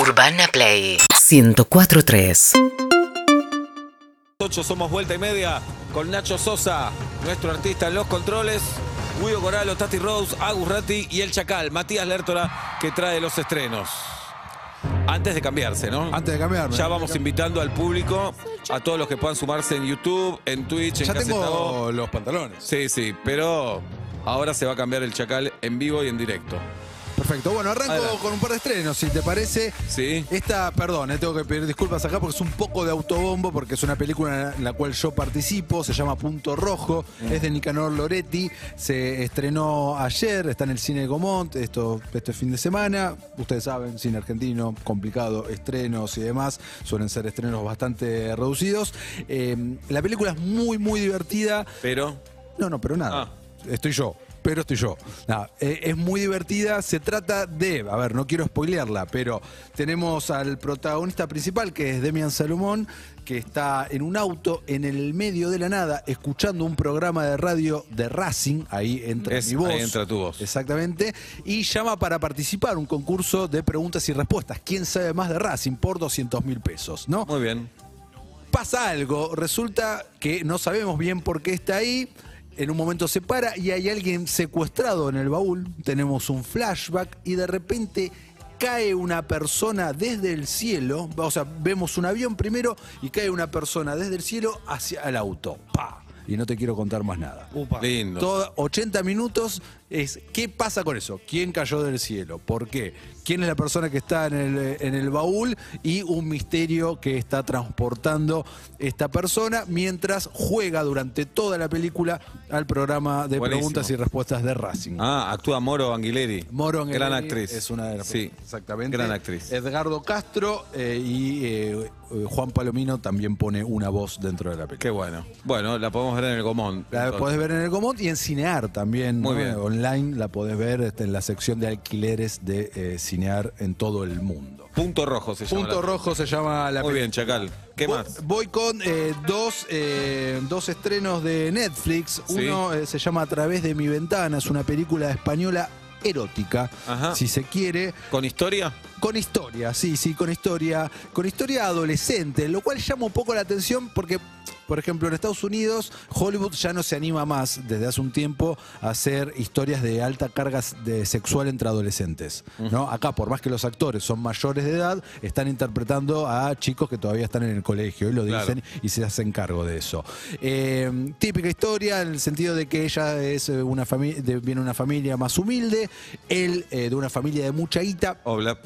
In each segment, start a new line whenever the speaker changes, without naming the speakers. Urbana Play 1043.
Ocho somos vuelta y media con Nacho Sosa, nuestro artista en los controles, Guido Coralo, Tati Rose, Agus Ratti y el Chacal, Matías Lertora, que trae los estrenos. Antes de cambiarse, ¿no?
Antes de cambiarme.
Ya vamos invitando al público, a todos los que puedan sumarse en YouTube, en Twitch, en
Ya
Caseta O.
tengo los pantalones.
Sí, sí, pero ahora se va a cambiar el Chacal en vivo y en directo.
Perfecto. Bueno, arranco
Adelante.
con un par de estrenos, si te parece.
Sí.
Esta, perdón, eh, tengo que pedir disculpas acá porque es un poco de autobombo, porque es una película en la cual yo participo, se llama Punto Rojo,
Mm.
es de Nicanor Loretti, se estrenó ayer, está en el cine Gomont, esto, este fin de semana, ustedes saben, cine argentino, complicado, estrenos y demás, suelen ser estrenos bastante reducidos. Eh, la película es muy, muy divertida,
Pero.
No, no, pero nada.
Ah.
Estoy yo. Pero estoy yo. Nada, eh, es muy divertida. Se trata de. A ver, no quiero spoilearla, pero tenemos al protagonista principal, que es Demian Salomón, que está en un auto en el medio de la nada, escuchando un programa de radio de Racing. Ahí entra
Es-
mi voz.
ahí entra tu voz.
Exactamente. Y llama para participar un concurso de preguntas y respuestas. ¿Quién sabe más de Racing? Por 200 mil pesos, ¿no?
Muy bien.
pasa algo, resulta que no sabemos bien por qué está ahí. En un momento se para y hay alguien secuestrado en el baúl. Tenemos un flashback y de repente cae una persona desde el cielo. O sea, vemos un avión primero y cae una persona desde el cielo hacia el auto. ¡Pa! Y no te quiero contar más nada.
Lindo.
Todo- 80 minutos es qué pasa con eso, quién cayó del cielo, por qué, quién es la persona que está en el, en el baúl y un misterio que está transportando esta persona mientras juega durante toda la película al programa de
Buenísimo.
preguntas y respuestas de Racing.
Ah, actúa Moro Anguileri.
Moro Angelini
Gran actriz.
Es una de las
Sí,
exactamente.
Gran actriz.
Edgardo Castro eh, y eh, eh, Juan Palomino también pone una voz dentro de la película.
Qué bueno. Bueno, la podemos ver en el Gomón.
La
entonces.
podés ver en el Comod y en Cinear también.
Muy
¿no?
bien.
Online la podés ver este, en la sección de alquileres de eh, Cinear en todo el mundo.
Punto rojo se llama.
Punto
la-
Rojo se llama la
Muy
película.
bien, Chacal. ¿Qué
Voy-
más?
Voy con eh, dos, eh, dos estrenos de Netflix.
Sí.
Uno eh, se llama A través de mi ventana, es una película española erótica,
Ajá.
si se quiere.
¿Con historia?
Con historia, sí, sí, con historia. Con historia adolescente, lo cual llama un poco la atención porque, por ejemplo, en Estados Unidos, Hollywood ya no se anima más desde hace un tiempo a hacer historias de alta carga de sexual entre adolescentes. ¿no? Acá, por más que los actores son mayores de edad, están interpretando a chicos que todavía están en el colegio y lo
Claro.
dicen y se hacen cargo de eso. Eh, típica historia en el sentido de que ella es eh, una familia, viene de una familia más humilde, él eh, de una familia de mucha guita,
Oblap.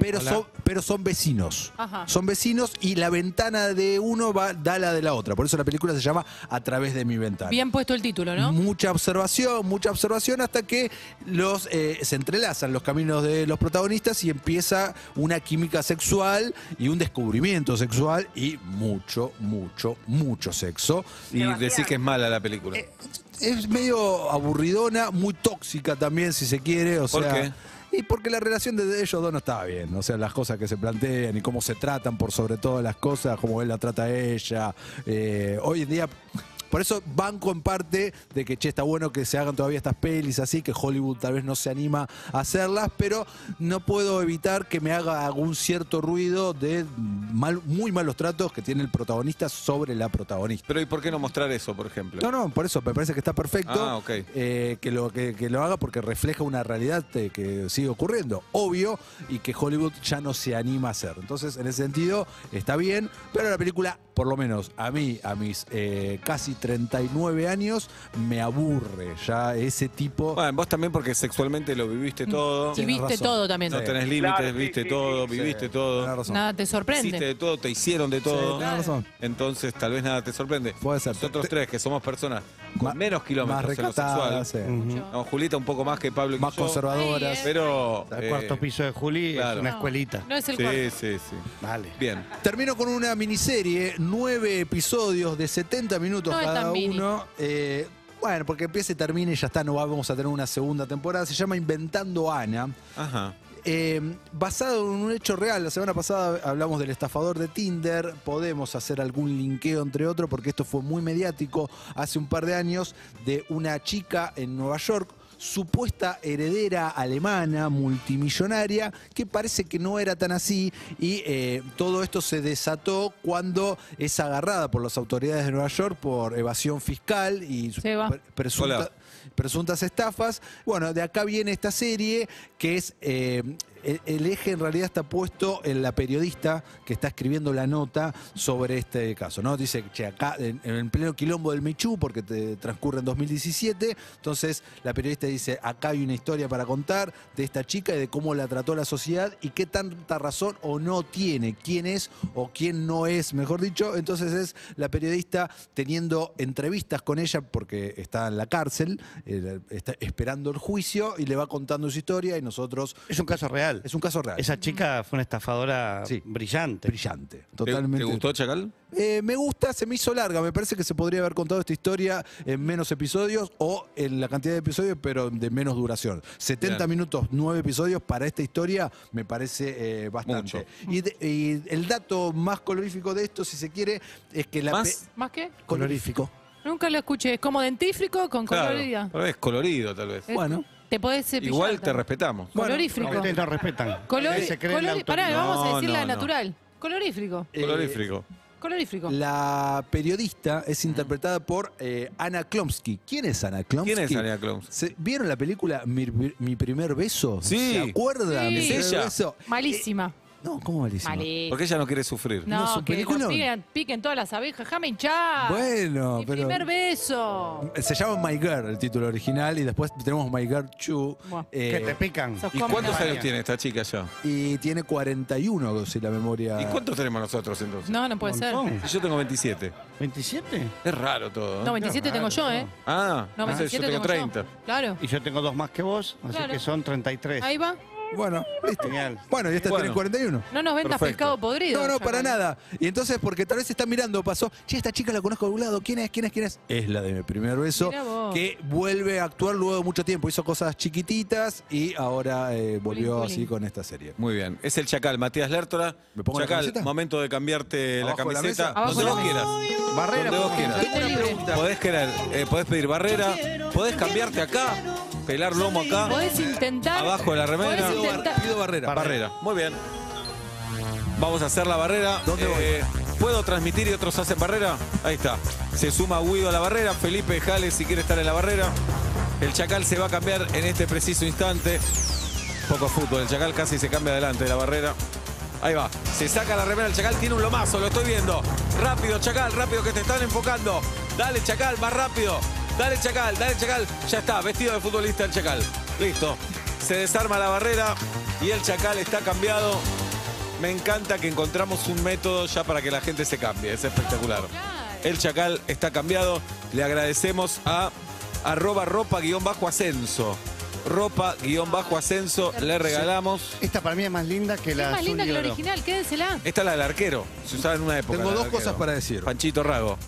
pero son, pero son vecinos. Son vecinos y la ventana de uno va, da la de la otra. Por eso la película se llama A través de mi ventana.
Bien puesto el título, ¿no?
Mucha observación, mucha observación hasta que los eh, se entrelazan los caminos de los protagonistas y empieza una química sexual y un descubrimiento sexual y mucho, mucho, mucho sexo.
Y decís que es mala la película.
Eh, es medio aburridona, muy tóxica también, si se quiere. O
¿Por
sea,
qué?
Y porque la relación de ellos dos no estaba bien. O sea, las cosas que se plantean y cómo se tratan por sobre todas las cosas, cómo él la trata a ella. Eh, hoy en día. Por eso banco en parte de que, che, está bueno que se hagan todavía estas pelis así, que Hollywood tal vez no se anima a hacerlas, pero no puedo evitar que me haga algún cierto ruido de mal- muy malos tratos que tiene el protagonista sobre la protagonista.
Pero ¿y por qué no mostrar eso, por ejemplo?
No, no, por eso me parece que está perfecto
Ah, ok.
eh, que, lo, que, que lo haga porque refleja una realidad eh, que sigue ocurriendo, obvio, y que Hollywood ya no se anima a hacer. Entonces, en ese sentido, está bien, pero la película, por lo menos a mí, a mis eh, casi 39 años, me aburre ya ese tipo...
Bueno, vos también porque sexualmente lo viviste todo.
Mm. Sí.
Y
tenés
viste
razón.
todo también.
No
Sí.
tenés límites,
Claro, sí,
viste
sí,
todo,
sí.
viviste
Tenés
todo.
razón.
Nada te
Hiciste
sorprende.
de todo, te hicieron de todo.
tenés razón.
Entonces tal vez nada te sorprende.
Puede ser.
Nosotros
Te-
tres, que somos personas con
Ma-
menos kilómetros
Más
en lo
recatada,
sexual.
sí.
No, Julita un poco más que Pablo y
más
yo,
conservadoras.
Pero.
El
eh,
cuarto piso de Juli
claro.
es una
No.
escuelita.
No es el cuarto.
Sí, sí, sí.
Vale.
Bien.
Termino con una miniserie, nueve episodios de 70 minutos
No es
cada
tan mini.
uno. Eh, bueno, porque empiece y termine y ya está, no va- vamos a tener una segunda temporada. Se llama Inventando Ana.
Ajá.
Eh, basado en un hecho real, la semana pasada hablamos del estafador de Tinder, podemos hacer algún linkeo entre otros porque esto fue muy mediático hace un par de años de una chica en Nueva York supuesta heredera alemana, multimillonaria, que parece que no era tan así. Y eh, todo esto se desató cuando es agarrada por las autoridades de Nueva York por evasión fiscal y su-
Seba.
pre- presunta-
Hola.
presuntas estafas. Bueno, de acá viene esta serie que es... eh, el- el eje en realidad está puesto en la periodista que está escribiendo la nota sobre este caso, ¿no? Dice, che, acá en, en el pleno quilombo del Michú, porque te- transcurre en 2017, entonces la periodista dice, acá hay una historia para contar de esta chica y de cómo la trató la sociedad y qué tanta razón o no tiene, quién es o quién no es, mejor dicho. Entonces es la periodista teniendo entrevistas con ella porque está en la cárcel, eh, está esperando el juicio y le va contando su historia y nosotros...
Es un caso real.
Es un caso real.
Esa chica fue una estafadora
Sí.
brillante.
brillante.
¿Te-
Totalmente.
¿Te gustó, Chacal?
Eh, me gusta, se me hizo larga. Me parece que se podría haber contado esta historia en menos episodios o en la cantidad de episodios, pero de menos duración. 70
Bien.
minutos, 9 episodios para esta historia me parece eh, bastante. Y, de- y el dato más colorífico de esto, si se quiere, es que la.
¿Más?
¿Más qué?
pe- Colorífico.
Nunca lo escuché. Es como dentífrico con colorida.
Tal vez colorido, tal vez.
Eh,
Bueno.
Te podés cepillar.
Igual te
también.
respetamos.
Colorífico.
No, ustedes no respetan.
Color-
Ustedes se creen
color-
la
pará,
autoridad.
vamos a
No,
decir la
no, no.
natural. Colorífrico.
Eh,
Colorífico.
Colorífrico.
La periodista es interpretada por eh, Ana Klomsky. ¿Quién es Ana Klomsky?
¿Quién es Alia Clones?
¿Se- ¿Vieron la película Mi, Mi primer beso?
Sí.
¿Se acuerdan?
Sí.
Mi primer
Es ella.
beso.
Malísima.
No, ¿cómo malísima?
Malísima.
Porque ella no quiere sufrir.
Eh, no,
No,
su
que
película-
los piquen, piquen todas las abejas. Déjame hinchar.
Bueno,
Mi
pero-
primer beso.
Se llama My Girl el título original y después tenemos My Girl 2
Buah.
eh,
Que te pican.
Sos
¿Y
como-
cuántos
no?
años tiene esta chica ya?
y tiene 41 si la memoria.
¿Y cuántos tenemos nosotros entonces?
No, no puede ser.
Montón.
Si Yo tengo 27.
¿27?
Es raro todo. ¿eh?
No, 27 tengo yo, ¿eh?
Ah,
No,
no sé, yo
27
tengo 30.
yo. Claro.
Y yo tengo dos más que vos, así
Claro.
que son 33.
Ahí va.
Bueno, listo.
Genial.
Bueno, y esta
Bueno.
tiene 41.
No nos vendas
Perfecto.
pescado podrido.
No, no,
Chacal.
para nada. Y entonces, porque tal vez están mirando, pasó, che, esta chica la conozco de algún lado, ¿quién es? ¿Quién es? ¿Quién es? Es la de mi primer beso,
Mirá vos.
que vuelve a actuar luego de mucho tiempo. Hizo cosas chiquititas y ahora eh, volvió
Pulín,
así
pulín.
con esta serie.
Muy bien. Es el Chacal, Matías Lértora.
¿Me pongo la
Chacal,
camiseta?
momento de cambiarte la
¿Abajo de la
camiseta.
mesa?
Abajo
Donde
de la
vos quieras.
Barrera.
Donde vos
por
quieras.
Libre, libre.
Podés, querer, eh, podés pedir barrera, podés cambiarte acá, pelar lomo acá,
Podés intentar.
abajo de la remera.
Podés intentar.
Pido barrera.
Barrera. Muy bien. Vamos a hacer la barrera. Eh,
¿Dónde
¿Puedo transmitir y otros hacen barrera? Ahí está. Se suma Guido a la barrera. Felipe Jales si quiere estar en la barrera. El Chacal se va a cambiar en este preciso instante. Poco fútbol. El Chacal casi se cambia adelante de la barrera. Ahí va. Se saca la remera. El Chacal tiene un lomazo. Lo estoy viendo. Rápido, Chacal. Rápido que te están enfocando. Dale, Chacal. Más rápido. Dale, Chacal. Dale, Chacal. Ya está. Vestido de futbolista el Chacal. Listo. Se desarma la barrera. Y el Chacal está cambiado. Me encanta que encontramos un método ya para que la gente se cambie. Es espectacular. El Chacal está cambiado. Le agradecemos a arroba ropa guión bajo ascenso. Ropa guión bajo ascenso. Le regalamos.
Esta para mí es más linda que la
Es más
azul
linda
y
que la
oro.
original, quédensela.
Esta es la del arquero. Se usaba en una época. la
Tengo
del
dos
arquero.
cosas para decir.
Panchito Rago.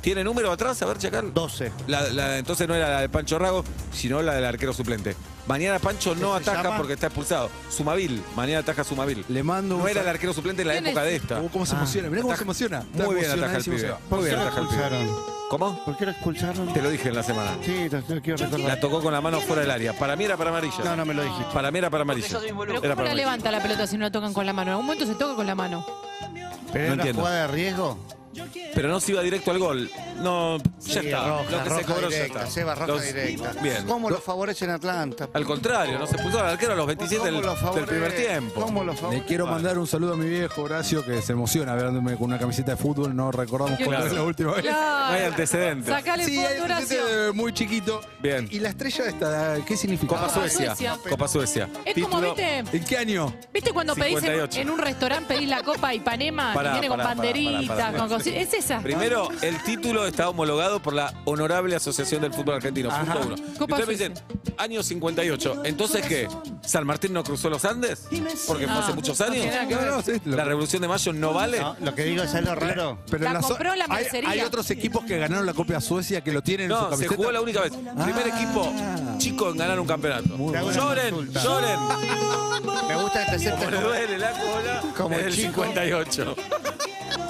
¿Tiene número atrás? A ver, Chacal.
12.
La- la- entonces no era la de Pancho Rago, sino la del arquero suplente. Mañana Pancho no
¿Qué se
ataca
llama?
porque está expulsado. Sumavil. Mañana ataca Sumavil.
Le mando
No
un
era el
sal-
arquero suplente en la
¿Quién
época
es?
de esta. Ah.
Uh, cómo se emociona, mirá cómo se emociona. Está
Muy bien ataja el
emocionadísimo, se
pibe.
va.
Muy bien
¿Por qué lo
ataja el pibe.
expulsaron?
¿Cómo?
¿Por qué lo expulsaron?
Te lo dije en la semana.
Sí, no, no quiero
La
recordar.
tocó con la mano fuera del área. Para mí era para amarilla.
No, no me lo dijiste.
Para mí era para amarilla.
Pero
Era
¿cómo
para
la
amarilla.
levanta la pelota si no la tocan con la mano? En algún momento se toca con la mano.
Pero
No
era
entiendo.
jugada de riesgo.
Pero no se iba directo al gol. No, ya
Sí,
está.
Roja,
Lo que
roja
se cobró ya
directa,
está.
Seba, roja
Los-
directa.
Bien.
¿Cómo lo favorecen Atlanta?
Al contrario, nos expulsó al arquero a los 27 del,
¿Cómo lo
del primer
favorece?
tiempo.
¿Cómo lo
Le
favorece?
quiero mandar un saludo a mi viejo Horacio que se emociona verme con una camiseta de fútbol. No recordamos
Yo
cuándo
lo
es
sé.
la última vez.
No hay antecedentes.
Sacale
Sí,
fondo,
hay un
Horacio.
tete muy chiquito.
Bien.
¿Y la estrella esta? ¿Qué significa?
Copa Suecia.
Suecia.
Copa Suecia.
Es como, viste,
¿En qué año?
¿viste cuando pedís
58?
en, en un restaurante pedís la copa Ipanema
Pará,
y
pará,
viene con
pará,
banderitas,
pará, pará.
con cositas? Es esa.
Primero, el título está homologado por la Honorable Asociación del Fútbol Argentino, punto uno. Y
Copa
ustedes me dicen, año 58, ¿entonces qué? ¿San Martín no cruzó los Andes? Porque fue
No,
hace muchos
no
años.
tiene nada que
No, no, sí, lo-
¿La Revolución de Mayo no vale?
No, lo que digo es algo raro.
Pero
La
en zo-
compró la
hay,
mercería.
hay otros equipos que ganaron la Copa Suecia que lo tienen en su
No, se
camiseta.
jugó la única vez. Primer equipo chico en ganar un campeonato.
Te hago una
Lloren,
consulta.
lloren.
Me gusta que te aceptes
Como le duele la cola
Como
en el
chico.
58.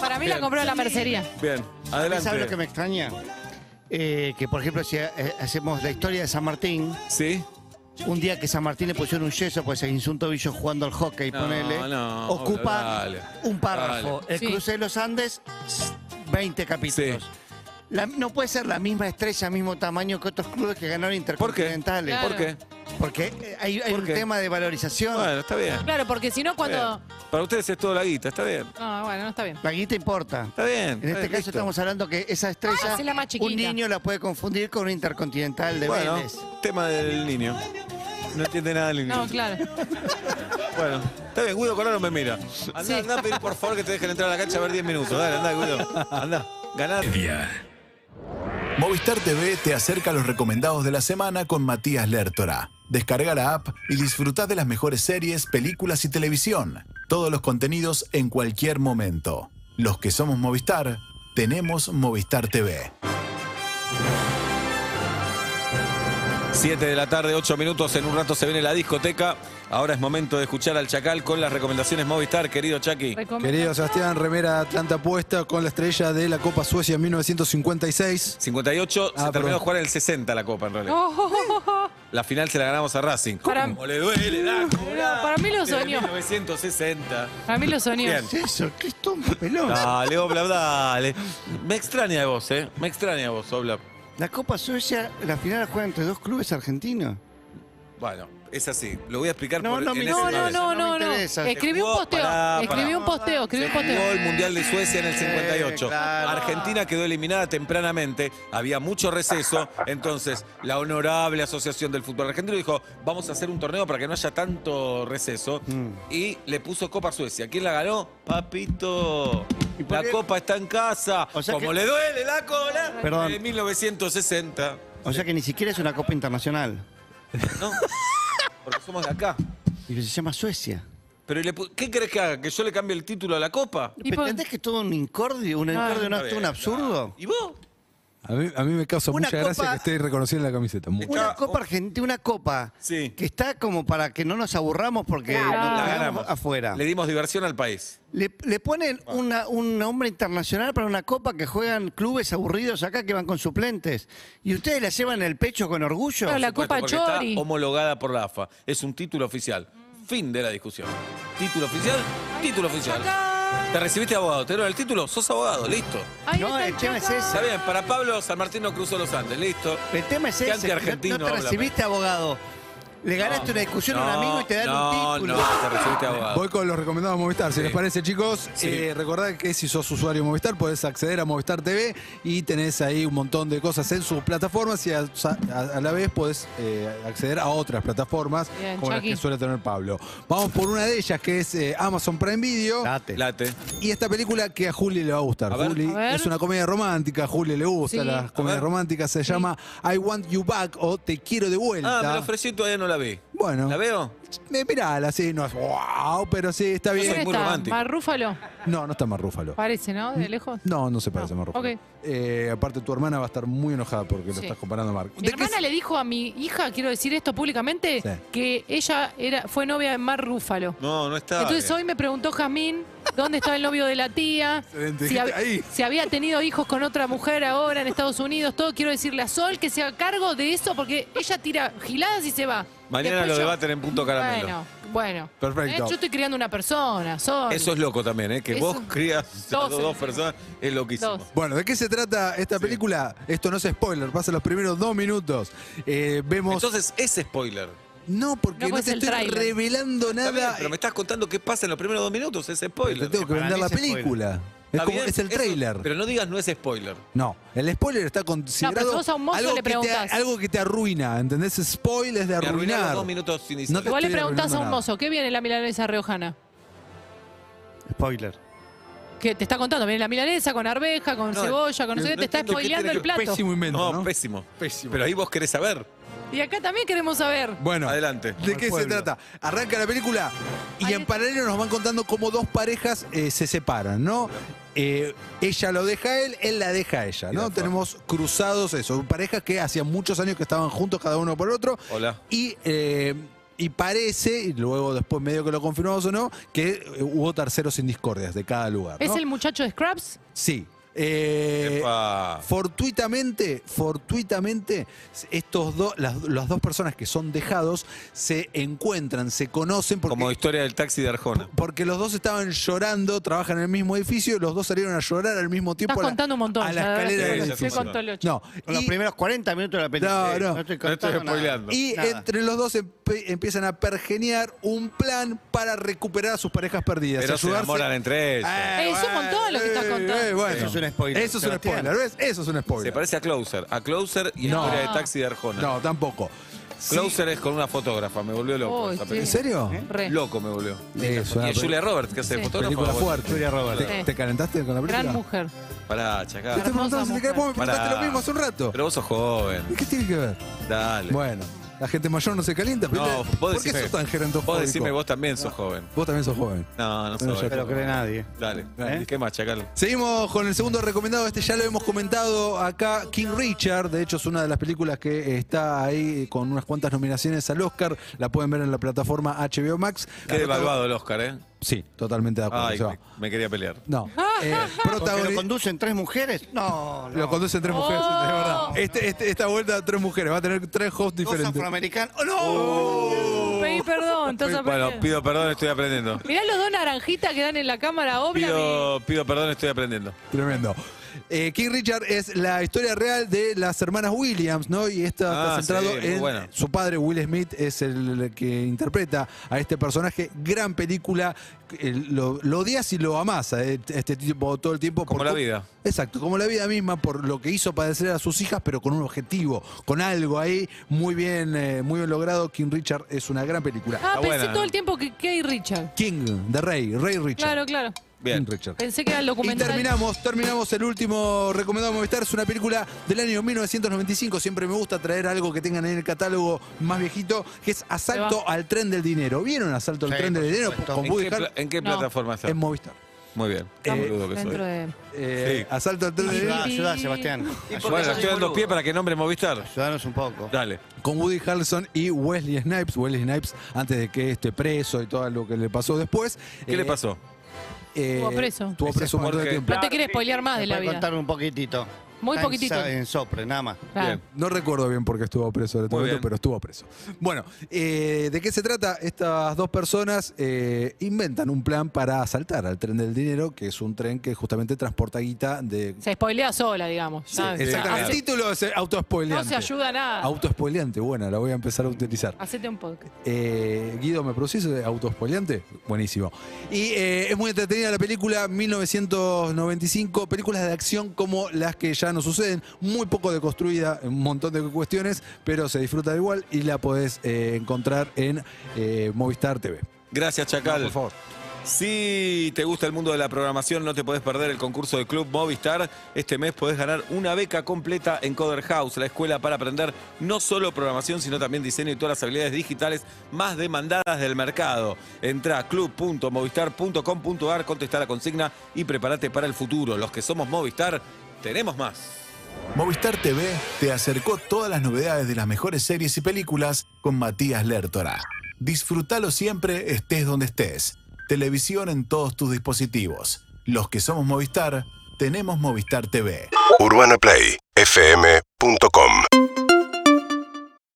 Para mí
Bien.
la compró en la mercería.
Bien,
¿Sabes lo que
adelante.
me extraña? Eh, que, por ejemplo, si eh, hacemos la historia de San Martín,
Sí,
Un día que San Martín le pusieron un yeso pues se guinzó un tobillo jugando al hockey,
No,
ponele.
no,
ocupa
dale.
un párrafo. El
Sí.
cruce de los Andes, 20 capítulos.
Sí.
La- no puede ser la misma estrella, mismo tamaño que otros clubes que ganaron intercontinentales.
Claro.
¿Por qué?
Porque eh, hay, hay
¿Por
un
qué?
tema de valorización.
Bueno, está bien.
Claro, porque si no, cuando.
Bien. Para ustedes es toda la guita, está bien.
No, bueno, no está bien.
La guita importa.
Está bien.
En este caso estamos hablando que esa estrella,
Ah, es la más
un
chiquita.
niño la puede confundir con un intercontinental de
Bueno,
Vélez.
tema del niño. No entiende nada del niño.
No, claro.
Bueno, está bien, Guido Corralo me mira. Andá,
Sí.
andá a pedir por favor que te dejen entrar a la cancha a ver 10 minutos. Dale, andá, Guido. Andá. Ganá.
Media. Movistar TV te acerca a los recomendados de la semana con Matías Lertora. Descarga la app y disfruta de las mejores series, películas y televisión. Todos los contenidos en cualquier momento. Los que somos Movistar, tenemos Movistar TV.
7 de la tarde, 8 minutos. En un rato se viene la discoteca. Ahora es momento de escuchar al Chacal con las recomendaciones Movistar, querido Chucky.
Recom-
Querido Sebastián, remera Atlanta puesta con la estrella de la Copa Suecia en 1956.
58, se terminó
Ah,
de
perdón.
jugar en el 60 la Copa en realidad.
Oh, oh, oh, oh,
La final se la ganamos a Racing.
Para-
¿Cómo le duele la cola?
para mí lo
Desde
soñó.
1960.
oh. Para mí los sonidos.
Bien.
¿Qué es eso? ¿Qué es tonto, pelón?
Dale, Oblab, dale. Me extraña de vos, ¿eh? Me extraña de vos, Oblab.
La Copa Suecia, la final la juegan entre dos clubes argentinos.
Bueno, es así. Lo voy a explicar
No,
por
no,
en
me-
ese
No, no,
momento.
no,
No me
no, no.
interesa.
Escribí un
Jugó- pará,
posteo. Escribí
pará.
un posteo, escribí
Se
un
jugó
posteo.
el Mundial de Suecia en el 58.
claro.
Argentina quedó eliminada tempranamente, había mucho receso, entonces la honorable Asociación del Fútbol Argentino dijo, vamos a hacer un torneo para que no haya tanto receso,
Mm.
y le puso Copa Suecia. ¿Quién la ganó? Papito.
¿Y por
La
qué?
copa está en casa.
O sea
Como
que-
le duele la cola.
Perdón.
De 1960.
O sea que ni siquiera es una Copa Internacional.
¿No? Porque somos de acá.
Y que se llama Suecia.
Pero ¿y le pu- ¿qué crees que haga? ¿Que yo le cambie el título a la copa?
Y por- Ah.
¿Entendés que es todo un incordio? ¿Un incordio no es todo un absurdo?
¿Y vos?
A mí, a mí me causa
Una
mucha gracia
copa-
que esté reconocida en la camiseta. mucho.
Una Copa Argentina, una Copa
Sí.
que está como para que no nos aburramos porque
Claro.
nos
Ah, La
quedamos
ganamos.
afuera.
Le dimos diversión al país.
Le, le ponen una- un nombre internacional para una copa que juegan clubes aburridos acá que van con suplentes. ¿Y ustedes la llevan en el pecho con orgullo?
Claro, la
Por
Copa
supuesto, porque
Chori.
Está homologada por la AFA. Es un título oficial. Fin de la discusión. Título oficial, título oficial. Te recibiste de abogado, te dieron el título, sos abogado, listo.
Ahí
No,
está
el tema es
Chacal.
ese.
Está bien, para Pablo San Martín no cruzó los Andes, listo.
El tema es
Qué
ese. que
antiargentino
No, no te
habla.
recibiste abogado. Le ganaste una discusión a un
No,
amigo y te dan
no,
un título.
No, te recibiste de abogado.
Voy con los recomendados Movistar,
Ah.
si
Sí.
les parece, chicos. Eh, recordad que si sos usuario de Movistar, podés acceder a Movistar TV y tenés ahí un montón de cosas en sus plataformas y a, a- a la vez podés eh, acceder a otras plataformas
Bien,
como
Chucky.
las que suele tener Pablo. Vamos por una de ellas que es eh, Amazon Prime Video.
Date.
Late.
Y esta película que a Juli le va a gustar.
A ver.
Juli
A ver.
es una comedia romántica, a Juli le gusta
Sí.
A
las comedias
ver.
románticas. Se llama I Want You Back o Te Quiero de Vuelta.
Ah, me lo ofrecí y todavía no la vi.
Bueno.
¿La veo?
Eh, mirala, sí, no es wow, pero sí, está
No
bien.
soy
¿Quién
muy
está?
romántico.
Marrúfalo.
No, no está más Rúfalo.
Parece, ¿no? De lejos.
No, no se parece
No,
más Rúfalo.
ok.
Eh, aparte, tu hermana va a estar muy enojada porque lo
Sí.
estás comparando a Marco.
Mi hermana le dijo a mi hija, quiero decir esto públicamente,
Sí.
que ella era, fue novia de Mar Rúfalo.
No, no está.
Entonces
bien.
hoy me preguntó Jazmín dónde estaba el novio de la tía,
Excelente,
si,
dijiste
hab-
ahí.
si había tenido hijos con otra mujer ahora en Estados Unidos, todo. Quiero decirle a Sol que se haga cargo de eso porque ella tira giladas y se va.
Mañana
Después
lo
yo-
debaten en Punto Caramelo.
Bueno, bueno.
Perfecto.
Eh, Yo estoy criando una persona, Sol.
Eso es loco también, ¿eh? Que
Eso-
vos crías a
Dos.
dos, personas es loquísimo.
Dos.
Bueno, ¿de qué se trata esta película? Esto no es spoiler, pasa los primeros dos minutos. Eh, vemos.
Entonces es spoiler.
no, porque
No,
no,
pues
te
el
estoy
tráiler.
revelando
Está bien,
nada. eh,
pero me estás contando qué pasa en los primeros dos minutos, es
Te
spoiler.
tengo que
Para
vender
mí
la
es spoiler.
película. Es,
Está
como-
bien,
es el
eso-
trailer.
pero no digas no es spoiler.
No, el spoiler está considerado
No, pero vos a un mozo
algo,
le
que te,
preguntás.
algo que te arruina, ¿entendés? Spoil es de
Me arruinaron
arruinar.
dos minutos sin
No te-
Igual le
estoy
preguntás a un
arruinando nada.
mozo, ¿qué viene la milanesa riojana?
Spoiler.
Que te está contando, viene la milanesa con arveja, con
No,
cebolla, con no sé qué,
no
te está
entiendo qué
spoileando
tiene que-
el plato.
Pésimo invento,
no,
¿no?
pésimo. Pero ahí vos querés saber.
Y acá también queremos saber.
Bueno,
Adelante.
¿de qué se
pueblo.
trata? Arranca la película y
Ahí
en
está.
paralelo nos van contando cómo dos parejas eh, se separan, ¿no? Eh, ella lo deja a él, él la deja a ella,
Y la
¿no?
forma.
Tenemos cruzados eso, parejas que hacía muchos años que estaban juntos cada uno por otro
Hola.
y... eh, y parece, y luego después medio que lo confirmamos o no, que eh, hubo terceros sin discordias de cada lugar.
¿Es
¿no?
el muchacho de Scraps?
Sí. Eh,
Epa.
fortuitamente, fortuitamente, estos dos, las, las dos personas que son dejados se encuentran, se conocen porque
Como historia del taxi de Arjona.
porque los dos estaban llorando, trabajan en el mismo edificio, los dos salieron a llorar al mismo tiempo.
Estás
a la-
contando un montón.
A
ya,
la
de
escalera del
verdad.
Sí, ya
Se
estoy
edificio.
contó el ocho.
No,
Los
y,
primeros 40 minutos de la
No,
película.
no.
estoy
No estoy
contando nada.
spoileando.
y
Nada.
entre los dos empe- empiezan a pergeniar un plan para recuperar a sus parejas perdidas.
Pero se
ayudarse-
enamoran entre ellos.
Eh,
Es un
bueno,
montón lo que estás
eh,
contando.
eh, bueno.
Eso es un spoiler,
Eso es un
Sebastián.
spoiler, ¿ves? Eso es un
Se
spoiler.
parece a Closer. A Closer y a
No.
historia de taxi de Arjona.
No, tampoco. Sí.
Closer es con una fotógrafa. Me volvió loco.
Oh,
esa
sí.
¿En
película.
serio?
Re.
Loco me volvió.
Eso,
Y
una
es Julia Roberts, que hace
Sí.
fotógrafa.
película
vos-
fuerte.
Julia Roberts.
¿Te,
Sí.
te calentaste con la película?
Gran mujer.
Pará,
Te
chacal.
estoy preguntando si te
Hermosa
caes, vos me
mujer.
preguntaste lo
Pará.
mismo hace un rato.
Pero vos sos joven.
¿Y ¿Qué tiene que ver?
Dale.
Bueno, la gente mayor no se calienta, pero
no,
¿por
vos
qué
decime.
sos tan gerentofóbico?
vos decime, vos también sos joven.
Vos también sos joven.
No, no
Bueno,
sos
ya-
Pero cree nadie.
Dale.
¿Eh?
¿Qué más, chacal?
Seguimos con el segundo recomendado, este ya lo hemos comentado acá, King Richard, de hecho es una de las películas que está ahí con unas cuantas nominaciones al Oscar, la pueden ver en la plataforma HBO Max.
Qué devaluado el Oscar, ¿eh?
Sí, totalmente de acuerdo.
Ay,
Seba.
me, me quería pelear.
No, eh,
Porque lo
protagoni-
conducen tres mujeres. No, no.
Lo conducen tres
Oh.
mujeres, de verdad. Este- este- esta vuelta tres mujeres, va a tener tres hosts
Dos
diferentes.
afroamericanos. ¡Oh, no!
Pedí perdón. Entonces,
Bueno, pido perdón, estoy aprendiendo.
Mirá los dos naranjitas que dan en la cámara, obla.
Pido, pido perdón, estoy aprendiendo.
Tremendo. Eh, King Richard es la historia real de las hermanas Williams, ¿no? Y esta
Ah,
está centrado
sí, muy
en
buena.
su padre, Will Smith, es el que interpreta a este personaje. Gran película. El- lo, lo odias y lo amas a este este tipo todo el tiempo.
Como
por
la
co-
vida.
Exacto, como la vida misma, por lo que hizo padecer a sus hijas, pero con un objetivo, con algo ahí. Muy bien, eh, muy bien logrado. King Richard es una gran película.
Ah,
Está
pensé
buena.
todo el tiempo que Kay Richard.
King, de Rey, Rey Richard.
Claro, claro.
Bien.
King Richard.
Pensé que era el
Y
documental.
terminamos, terminamos el último recomendado de Movistar. Es una película del año 1995. Siempre me gusta traer algo que tengan en el catálogo más viejito, que es Asalto al Tren del Dinero. ¿Vieron Asalto al
Sí,
Tren del
por
Dinero?
supuesto.
Con
¿En
Woody
qué, pla-
Harrelson eh,
en qué
No.
plataforma está?
en Movistar.
Muy bien. Qué
Estamos
boludo que soy.
dentro de...
Eh,
Sí.
Asalto al Tren del Dinero
Ayuda, ayuda, Sebastián.
Bueno, estoy dando pie para que nombre Movistar.
Ayudarnos un poco.
Dale.
con Woody Harrelson y Wesley Snipes. Wesley Snipes antes de que esté preso y todo lo que le pasó después.
¿Qué le pasó?
Eh,
Estuvo preso.
Estuvo preso un montón de
Porque-
tiempo.
No te quieres spoilear más Ah, de
¿Me
la
puede
vida.
contar un poquitito?
Muy
Está en
poquitito.
sa- En, sopre, nada más.
Claro.
Bien.
No recuerdo bien por qué estuvo preso el otro
Muy
momento,
bien.
pero estuvo preso. Bueno, eh, ¿de qué se trata? Estas dos personas eh, inventan un plan para asaltar al tren del dinero, que es un tren que justamente transporta guita de.
Se spoilea sola, digamos. Nada,
Exactamente.
claro.
El
hace-
título es eh,
No
autoespoileante.
se ayuda a nada.
Autoespoileante, bueno, la voy a empezar a utilizar.
Hacete un podcast.
Eh, Guido, ¿me producís eh, autoespoileante? Buenísimo. Y eh, es muy entretenida la película, 1995, películas de acción como las que ya no suceden, muy poco deconstruida, un montón de cuestiones, pero se disfruta igual y la podés eh, encontrar en eh, Movistar TV.
Gracias, Chacal.
No, por favor.
Si te gusta el mundo de la programación, no te podés perder el concurso de Club Movistar. Este mes podés ganar una beca completa en Coder House, la escuela para aprender no solo programación, sino también diseño y todas las habilidades digitales más demandadas del mercado. Entra a club.movistar.com.ar, contesta la consigna y prepárate para el futuro. Los que somos Movistar, tenemos más.
Movistar TV te acercó todas las novedades de las mejores series y películas con Matías Lertora. Disfrútalo siempre, estés donde estés. Televisión en todos tus dispositivos. Los que somos Movistar, tenemos Movistar TV.
UrbanaPlayFM.com